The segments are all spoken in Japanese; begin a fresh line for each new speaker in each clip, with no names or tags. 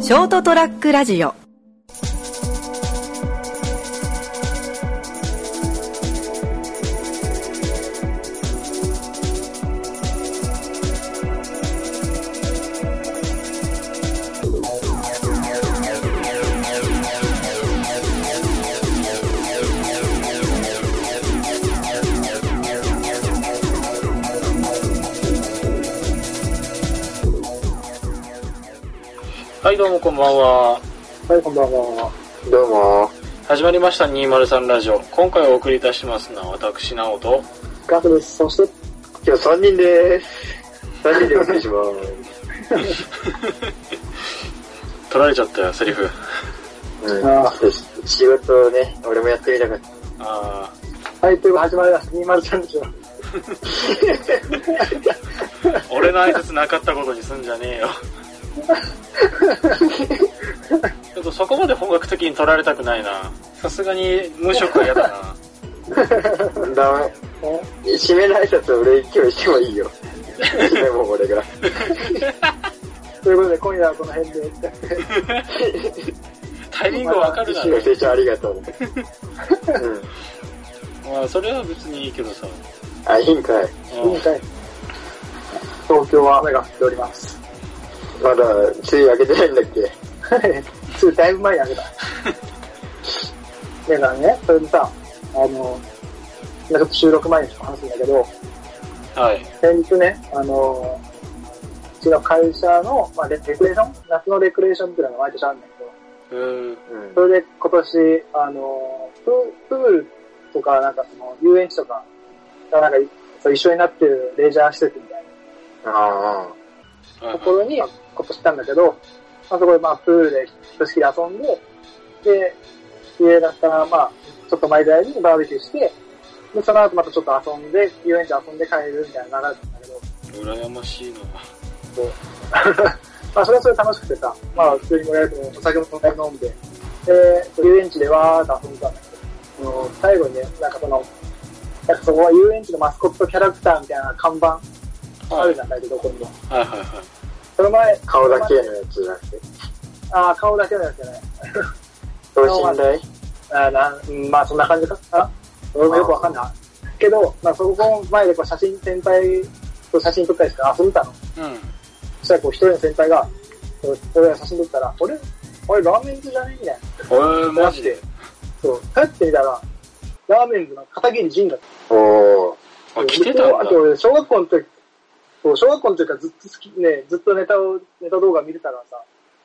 ショートトラックラジオ
はい、どうもこんばんは。
はい、こんばんは。
どうも、
始まりました203ラジオ。今回お送りいたしますのは私、なおと。
ガクです。そして、
今日3人です。3人でお送りしま
取られちゃったよ、セリフ。
す。うん、
あ
仕事をね、俺もやってみたかった。
あ
はい、ということで始まりました。203ですよ。
ー、俺の挨拶なかったことにすんじゃねえよ。ちょっとそこまで本格的に取られたくないな。さすがに無職は嫌だな。
だ締めの挨拶俺今日してもいいよ。締めも俺が。
ということで、今夜はこの辺で。
タイミングわかる
一
だ
週の
ろ。
成長ありがとう。うん。
まあ、それは別にいいけどさ。
あ、いいんかい。
うん
いいかい。東京は雨が降っております。
まだ、つい開けてないんだっけ
はい。ついだいぶ前にあげ た。だからね、それでさ、あの、ちょっと収録前にちょっと話すんだけど、
はい。
先日ね、あの、うちの会社の、まあ、レレクレーション夏のレクレーションっていうのが毎年あるんだけど、
うーん。
うん。
それで今年、あの、ププールとか、なんかその、遊園地とかが、なんかいそう一緒になってるレジャー施設みたい
ああ、
はい
なところに今年行ったんだけど、まあ、そこでまあ、プールで挙式で遊んで、で、家だったら、まあ、ちょっと前ぐらいにバーベキューして、で、その後またちょっと遊んで、遊園地遊んで帰るみたいな流れだったんだけど、
羨ましいな。
まあ、それはそれで楽しくてさ、まあ、普通に盛り上げても、お酒もそんなに飲んで、で、遊園地でわーっと遊んだんだけど、その最後にね、なんかその、なんかそこは遊園地のマスコットキャラクターみたいな看板あるじゃないけど、こにも。
はいはいはい。
その前、
顔だけのやつじゃなくて。
ああ、顔だけのやつじゃない。
等身大
あーなんうんまあ、そんな感じかな。俺もよくわかんない。けど、まあ、そこの前でこう写真、先輩と写真撮ったりして遊んでたの。
うん。
そしたらこう一人の先輩が、こう俺が写真撮ったら、俺、俺ラーメンズじゃねみたいな。
えー、マジで。
そう、帰ってみたら、ラーメンズの片桐仁だっ
おー。
あ、
た。
来てたんだ
あ。と俺、小学校の時、そう小学校の時からずっと好き、ね、ずっとネタを、ネタ動画見てたからさ、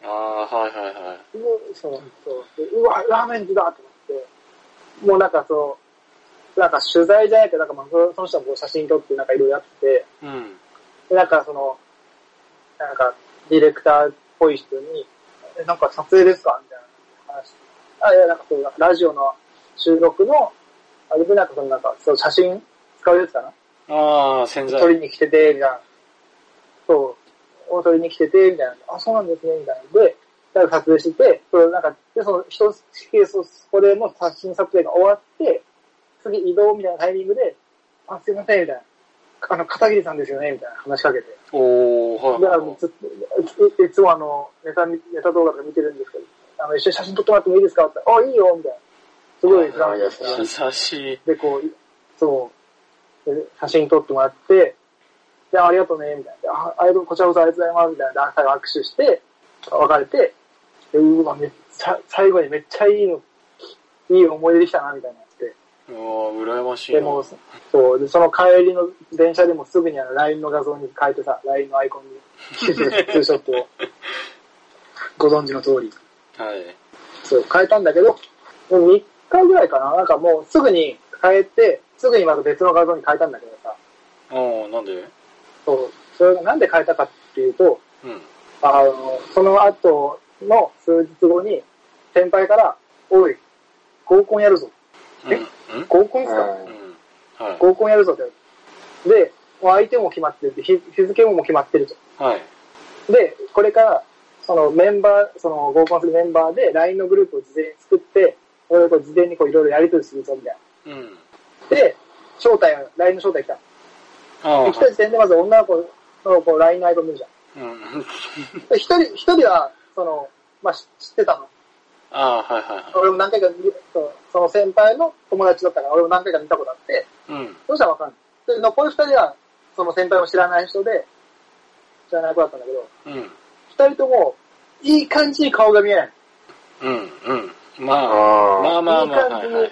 ああ、はいはいは
うおそう、そう、でうわ、ラーメンズだと思って、もうなんかそう、なんか取材じゃないけど、なんかまあそその人もこう写真撮ってなんかいろいろやってて、
い。うん。
でなんかその、なんかディレクターっぽい人に、えなんか撮影ですかみたいな話。あ、いや、なんかそう、なんかラジオの収録の、あれでなんかそのなんか、そう写真使うやつかな
ああ、潜在。
撮りに来てて、みたいな。そう。を撮りに来てて、みたいな。あ、そうなんですね、みたいな。で、なんか撮影してて、それなんか、で、その、一つ、そこでの写真撮影が終わって、次移動みたいなタイミングで、あ、すいません、みたいな。あの、片桐さんですよね、みたいな話しかけて。
おおはい
だからもうずっと、いいつもあの、ネタ見、ネタ動画とか見てるんですけど、あの、一緒に写真撮ってもらってもいいですかって言ったら、あ、いいよ、みたいな。すごいフランクでした。
優しい。
で、こう、そう、で写真撮ってもらって、で、ありがとうね、みたいな。あ、ありがとう、こちらこそありがとうございます、みたいな。最後握手して、別れて、で、うわ、めっちゃ、最後にめっちゃいいの、いい思い出できたな、みたいになって。
うわー羨ましいな。
でもう、そう、で、その帰りの電車でもすぐにあの、LINE の画像に変えてさ、LINE のアイコンに、ツーショットを。 ご存知の通り。
はい。
そう、変えたんだけど、もう3日ぐらいかななんかもうすぐに変えて、すぐにまた別の画像に変えたんだけどさ、
おおなんで
そう、それがなんで変えたかっていうと、
うん。
あの、その後の数日後に、先輩から、おい、合コンやるぞ。え
うんうん
合コンっ
う
すか
ん。
うん。はい。
合コンやるぞって言われて。で、もう相手も決まってて、日日付ももう決まってると。
はい。
で、これから、そのメンバー、その合コンするメンバーで LINE のグループを事前に作って、それをこう事前にこういろいろやり取りするぞみたいな。
うん。
で、招待が、LINE の招待来た。
ああ、は
で来た
い。
時点でまず女の子のこう LINE のアイコン見るじゃん。
うん。
で一人、一人は、その、まあ、知知ってたの。
ああ、はいはいは
俺も何回か見そうその先輩の友達だったから、俺も何回か見たことあって、
い。うん。
そしたらわかんない。で、残り二人は、その先輩も知らない人で、知らない子だったんだけど、
うん。
二人とも、いい感じに顔が見えない。
うん。うん。まあ、
あー
まあまあまあ、
いい感
は
じ
い
に
はい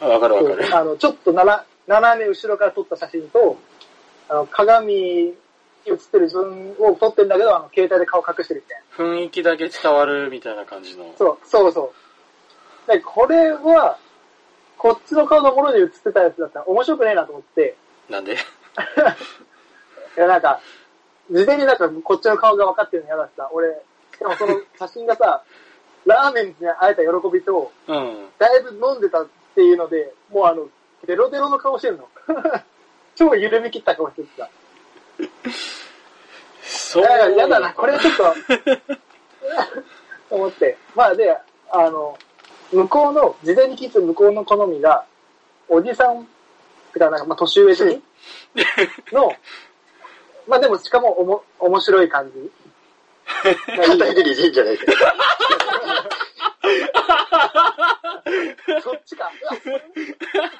はい。わかるわかる。
あの、ちょっとなら斜め後ろから撮った写真と、あの、鏡に映ってる自分を撮ってるんだけど、あの、携帯で顔隠してるみたいな。
雰囲気だけ伝わるみたいな感じの。
そう、そうそう。で、これは、こっちの顔のもので映ってたやつだったら面白くねえなと思って、
なんで
いや、なんか、事前になんかこっちの顔が分かってるの嫌だった。俺、しかもその写真がさ、 ラーメンに会えた喜びと、
うん。
だいぶ飲んでたっていうので、もうあの、デロデロの顔してるの。 超緩み切った顔してた。
そ
だから嫌だな、これちょっと、と 思って。まあで、あの、向こうの、事前に聞いてた向こうの好みが、おじさん、てかなんかまあ年上的の、まあでもしかもおも面白い感じ。
肩ひじりじんじゃないですか。
そっちか。うわ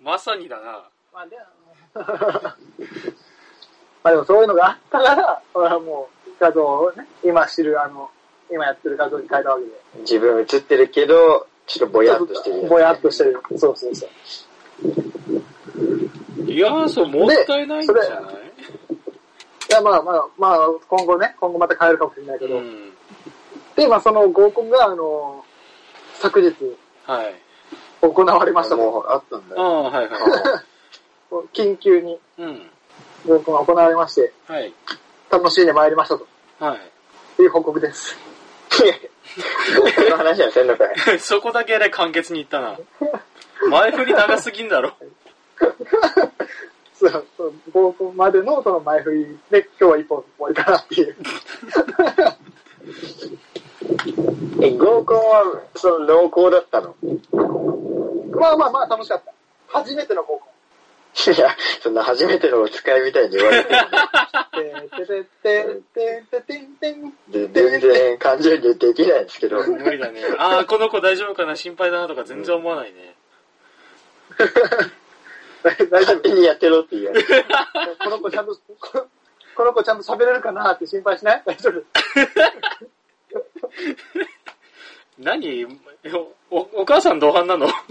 まさにだな。
まあで、まあでもそういうのがあったから、俺はもう画像をね、今知る、あの、今やってる画像に変えたわけで。
自分映ってるけど、ちょっとぼやっとしてるやつ。
ぼやっとしてる。そうそうそう。
いやー、そう、もったいないんじゃない
いや、まあまあ、まあ、今後ね、今後また変えるかもしれないけど。
うん。
で、まあその合コンが、あの、昨日
はい。
行われましたと。
もうあったんだ
あ
よ。
あ、はいは
緊急に
い。 うん。
合コンが行われまして、
はい。
楽しんで参りましたと
は
いう報告 です。
その話はせんのかい。
い。 そこだけで簡潔に言った な。前振り長すぎんだろ。
そうそう合コンまでのその前振りで、今日は一本終わりかなっていう。
え、合コンは、その濃厚だったの
まあまあまあ楽しかった。初めての合コン。
いや、そんな初めてのお使いみたいに言われて
てててててててんてん。
で全然感情にできないんですけど、
無 理だね。ああ、この子大丈夫かな心配だなとか全然思わないね。
大丈
勝手にやってろって言われて、
夫。この子ちゃんと、このこの子ちゃんと喋れるかなって心配しない大丈夫。
何 お、おお母さん同伴な の
近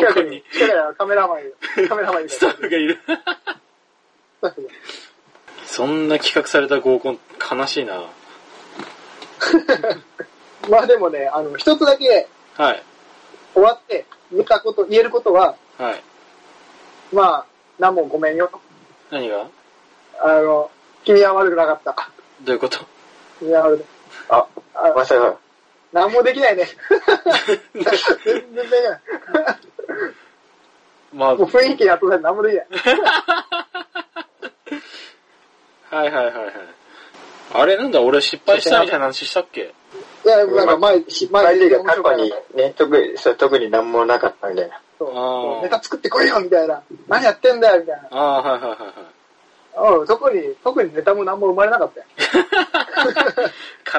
ここ
く
に
に、近くにカメラマンいる。カメラマンいる。
スタッフがいる。
スタッフが
そんな企画された合コン、悲しいな。
まあでもね、あの、一つだけ
はい。
終わって言ったこと、言えることは、
はい。
まあ、何もごめんよと。
何が
あの、君は悪くなかった。
どういうこと
君は悪く
あ、
あ
まさか、
何もでき ないね。全然できない。
まあ、
もう雰囲気に圧倒されて何もできない。
はいはいはいはい。あれなんだ、俺失敗したみたいな話したっけ
いや、なんか前、
失
前
敗と
全
い
然
う
面
か
白
過
く
去
なかっ
にね、特に、そう特に何もなかったみたいな。
たそ
あー
う。ネタ作ってこいよみたいな。何やってんだよみたいな。
ああ、はいはいはいはい。
うん、特に、特にネタも何も生まれなかったよ。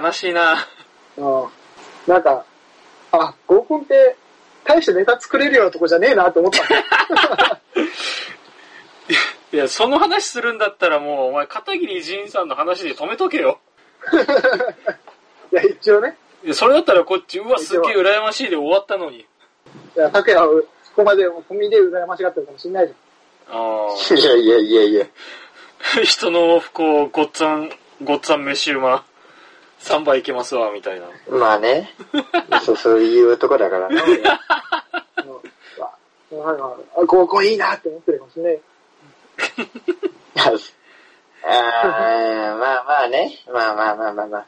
悲しいな。
うん。なんか、あ、合コンって、大してネタ作れるようなとこじゃねえなと思 ったんだよ。
いや、その話するんだったらもう、お前、片桐仁さんの話で止めとけよ。
いや、一応ね。
いやそれだったらこっち、うわ、すっげえ羨ましいで終わったのに。
いや、拓也は、ここまで込みで羨ましがってるかもしれないじ
あ
いやいやいやいや、
あ。 人の不幸、ごっつぁん、ごっつぁん飯馬、3杯いけますわ、みたいな。
ま あね、そう、そういう男だからね。
ゃん。うん。うわはいはいあ合コンいいなって思ってるかもしれない。
あーまあまあね、まあまあまあまあまあ。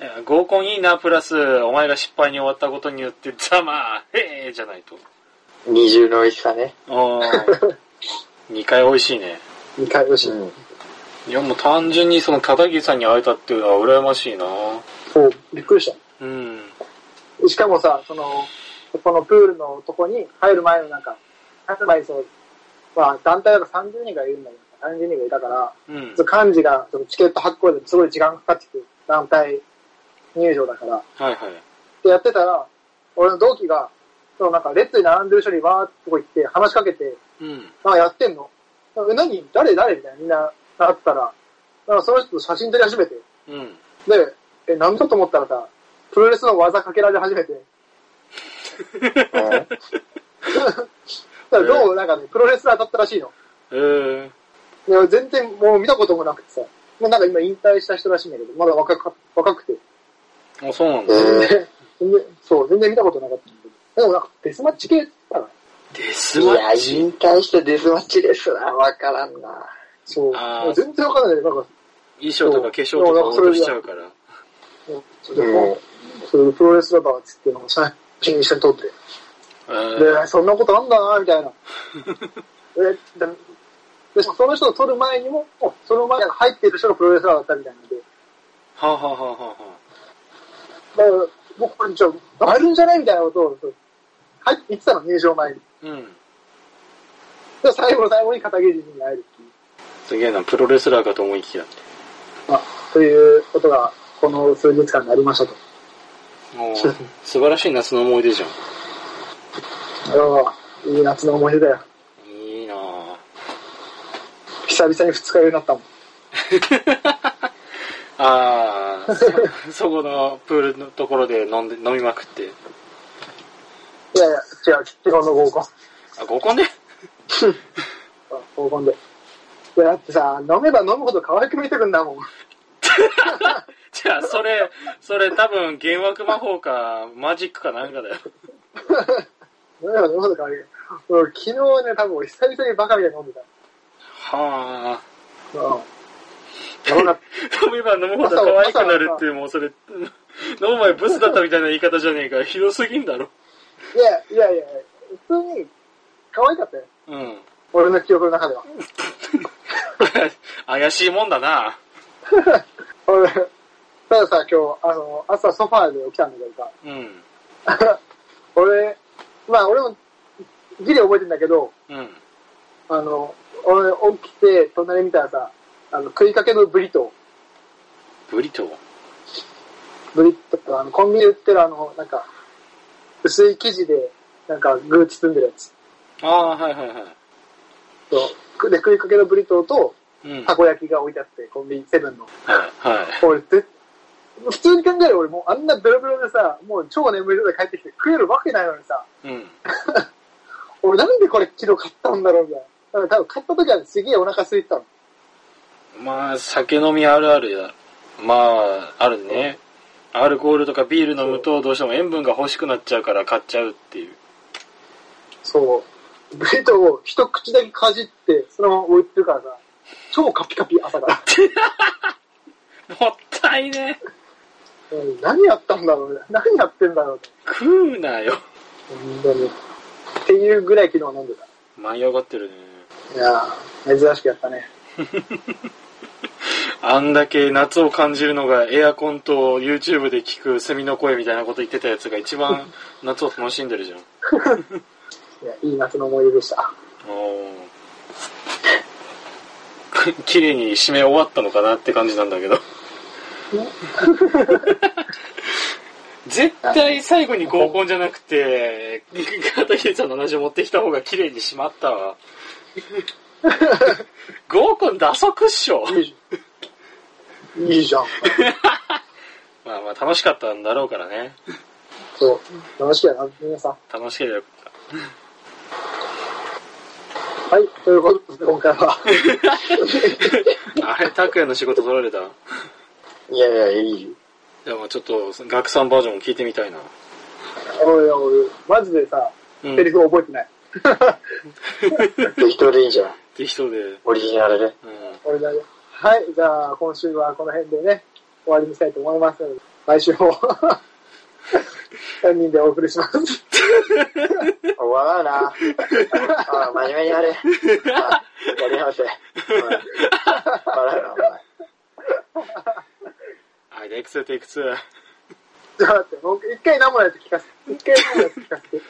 いや合コンいいな、プラス、お前が失敗に終わったことによって、ざまあ、へえ、じゃないと。
二重の美味しさね。
あ あ。2回美味しいね。
二回よし。
うん。
いや、もう単純にその片桐さんに会えたっていうのは羨ましいな
そう、びっくりし
うん。
た。しかもさ、その、このプールのとこに入る前のなんか、入る前にそう、まあ団体が30人がいるんだけどさ、何十人がいたから、
うん
そ。の幹事がそのチケット発行ですごい時間かかってくる団体入場だから。
はいはい。
で、やってたら、俺の同期が、そのなんか列に並んでる人にわーってこう行って話しかけて、
うん。
なんかやってんのなんかえ、何誰誰みたいな、みんな、なってたら、なんかその人と写真撮り始めて、
うん。
で、え、何だと思ったらさ、プロレスの技かけられ始めて、だからどう、なんかね、プロレスラーだったらしいの。
えー、
で全然もう見たこともなくてさ、もうなんか今引退した人らしいんだけど、まだ若か若くて、
あ、そうなん
え
だ。
ー
全然、そう、全然見たことなかったんだけど、でもなんかデスマッチ系だな。
デス
い
マ
や、
ッチ
引退してデスマッチですな。わからんな。
そう
あー、
全然わかんない。なんか、
衣装とか化粧とか落としちゃうから。
それも、それでプロレスラーだっつってのを写真一緒に撮って、
えー、
で、そんなことあんだな、み たいな。ででで、その人を撮る前にも、その前に入っている人がプロレスラーだったみたいなんで、
はあ、はあはあはあはあ、
だから、もうこれ、じゃあ、入るんじゃないみたいなことを、そう入って言ってたの、入場前に。
うん。
で、最後の最後に片桐に会えるっていう。
すげえな、プロレスラーかと思いきや。
まあ、ということが、この数日間にありましたと。
もう、素晴らしい夏の思い出じゃん。
あの、いい夏の思い出だよ。
いいなぁ。
久々に二日酔いになったもん。
あ あ、そ そこのプールのところで飲んで、飲みまくって。
いやいや、違う、基本の合コン。
あ、合コンね。
合コンで。いや、だってさ、飲めば飲むほど可愛く見えてくんだもん。
じゃあ、それ、それ多分、幻惑魔法か、マジックかなんかだよ。
飲めば飲むほど可愛い。俺昨日ね、多分俺久々にバカみたいに飲んでた。
はあ。
うん。やばかっ
飲めば飲むほど可愛くなるって、もうそれ、ノーマイブスだったみたいな言い方じゃねえか。ひどすぎんだろ。
た。いや、いやいや、普通に可愛かったよ。
うん。
俺の記憶の中では。
怪しいもんだな。
俺、たださ、今日、あの、朝ソファーで起きたんだけどさ、
うん。
俺、まあ俺も、ギリ覚えてんだけど、
うん。
あの、俺起きて、隣見たらさ、あの、食いかけのブリトー、
ブリトー
ブリトーとあの、コンビニで売ってるあの、なんか、薄い生地で、なんか、具包んでるやつ。
ああ、はいはいはい。
そう。で、食いかけのブリトーと、
うん。
たこ焼きが置いてあって、コンビニセブンの。
はい。
俺、ぜ普通に考える俺もうあんなベロベロでさ、もう超眠い状態で帰ってきて食えるわけないのにさ、
うん。
俺なんでこれ昨日買ったんだろうみたいな。だから多分買った時はすげえお腹空いてたの。
まあ、酒飲みあるあるや。まあ、あるね。アルコールとかビール飲むとどうしても塩分が欲しくなっちゃうから買っちゃうっていう。
そう。ブレトを一口だけかじって、そのまま置いてるからさ、超カピカピ朝 から。
もったいね。
うん何やったんだろうね。何やってんだろうね。
食うな よ。
本当に。っていうぐらい昨日飲んでた。
舞い上がってるね。
いやー、珍しくやったね。
あんだけ夏を感じるのがエアコンと YouTube で聞くセミの声みたいなこと言ってたやつが一番夏を楽しんでるじゃん。
いや、いい夏の思い出でした。
おー 綺麗に締め終わったのかなって感じなんだけど。絶対最後に合コンじゃなくて、片桐さんの話を持ってきた方が綺麗に締まったわ。合コン打足っしょ。
いいじゃん。いいじゃん。
まあまあ楽しかったんだろうからね。
そう。楽しきやな、皆さん。
楽しければよかった。
はい、ということで、今回は。
あれ、拓也の仕事取られた
いやいや、いい。
でもちょっと、学さんバージョンも聞いてみたいな。
おいおい、マジでさ、
うん。
セリ
っ
フ覚えてない。
適当でいいじゃん。
て人で、うん。
オリジナルで。
俺だよ。はい、じゃあ、今週はこの辺でね、終わりにしたいと思いますので、来週も、3人でお送りします。
終わらな。あ真面目にやれ。あやり直せ。うん笑うな、お前。
はい、テイク2、テイク2。
じゃあ、待って、僕、一回何もないと聞かせて。一回何もないと聞かせて。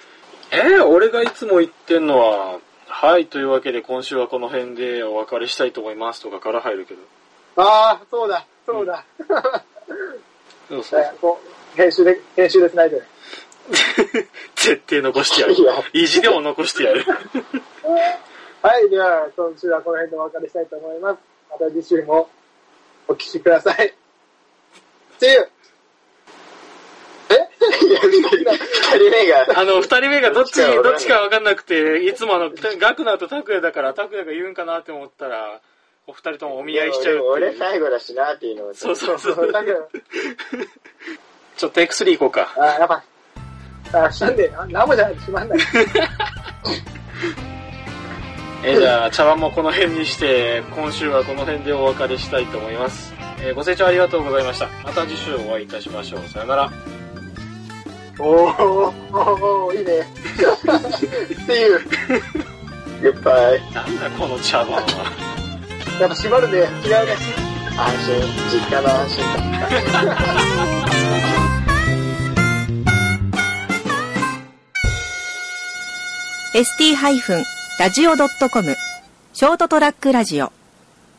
えー、俺がいつも言ってんのは、はい、というわけで今週はこの辺でお別れしたいと思いますとかから入るけど。
ああ、そうだ、そうだ。
そうそう
ねこう編集で、編集で繋いでね。
そう。 絶対残してやる
いや。
意地でも残して やる。
はい、では、今週はこの辺でお別れしたいと思います。また次週もお聞きください。See you!
二人目が、
あの、二人目がどっち、
どっちかわからない
どっちかわかんなくて、いつもあの、たガクナとタクヤだから、タクヤが言うんかなって思ったら、お二人ともお見合いしちゃう
でも
ってい
俺
う。
最後だしなっていうのを。
そうそうそ
そう
う。
だけど、
ちょっと X3 行こうか。
あーやっぱ、あー、しんで、ななんもじゃないとしまんない。
えーじゃあ、茶碗もこの辺にして、今週はこの辺でお別れしたいと思います。えーご清聴ありがとうございました。また次週お会いいたしましょう。さよなら。
おーおー、おーいいね。See you!
グッバイ。
なんだこの茶碗は。
やっぱ閉まるね。嫌いね。
安心。実家の安心感。
ST-radio.com ショートトラックラジオ